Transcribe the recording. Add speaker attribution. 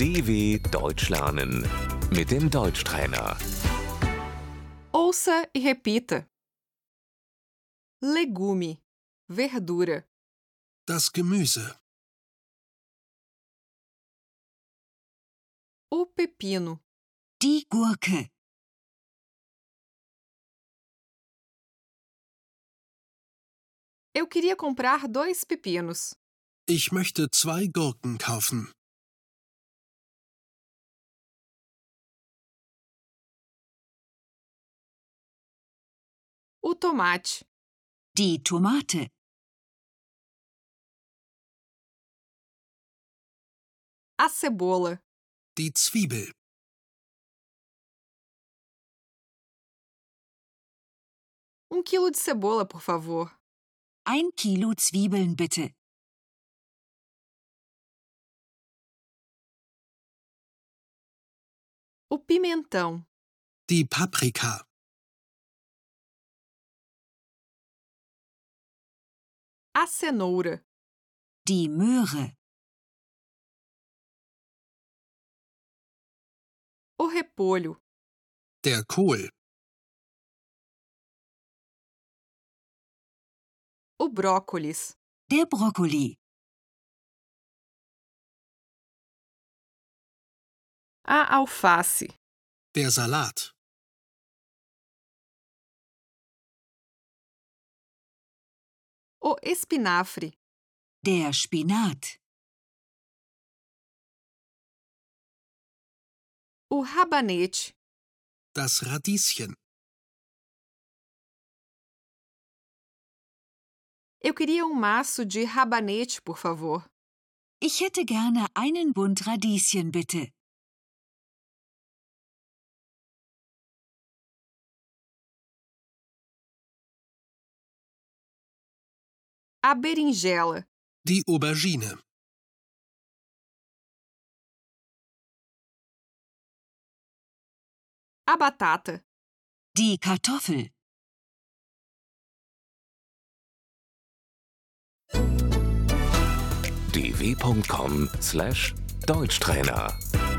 Speaker 1: DW Deutsch lernen mit dem Deutschtrainer.
Speaker 2: Ouça e repita: legume, verdura,
Speaker 3: Das Gemüse.
Speaker 2: o pepino,
Speaker 4: Die Gurke.
Speaker 2: Eu queria comprar dois pepinos.
Speaker 3: Ich möchte zwei Gurken kaufen.
Speaker 2: O tomate,
Speaker 4: Die Tomate.
Speaker 2: a cebola,
Speaker 3: Die Zwiebel.
Speaker 2: um quilo de cebola, por favor,
Speaker 4: Ein Kilo Zwiebeln bitte.
Speaker 2: o pimentão,
Speaker 3: Die Paprika.
Speaker 2: a cenoura,
Speaker 4: Die Möhre.
Speaker 2: o repolho,
Speaker 3: Der Kohl.
Speaker 2: o brócolis,
Speaker 4: Der Brokkoli.
Speaker 2: a alface,
Speaker 3: Der Salat.
Speaker 2: o espinafre,
Speaker 4: Der Spinat.
Speaker 2: o rabanete,
Speaker 3: Das Radieschen.
Speaker 2: Eu queria um maço de rabanete, por favor.
Speaker 4: Ich hätte gerne einen Bund Radieschen bitte.
Speaker 2: A berinjela,
Speaker 3: Die Aubergine.
Speaker 2: a batata,
Speaker 4: Die Kartoffel.
Speaker 1: dw.com/deutschtrainer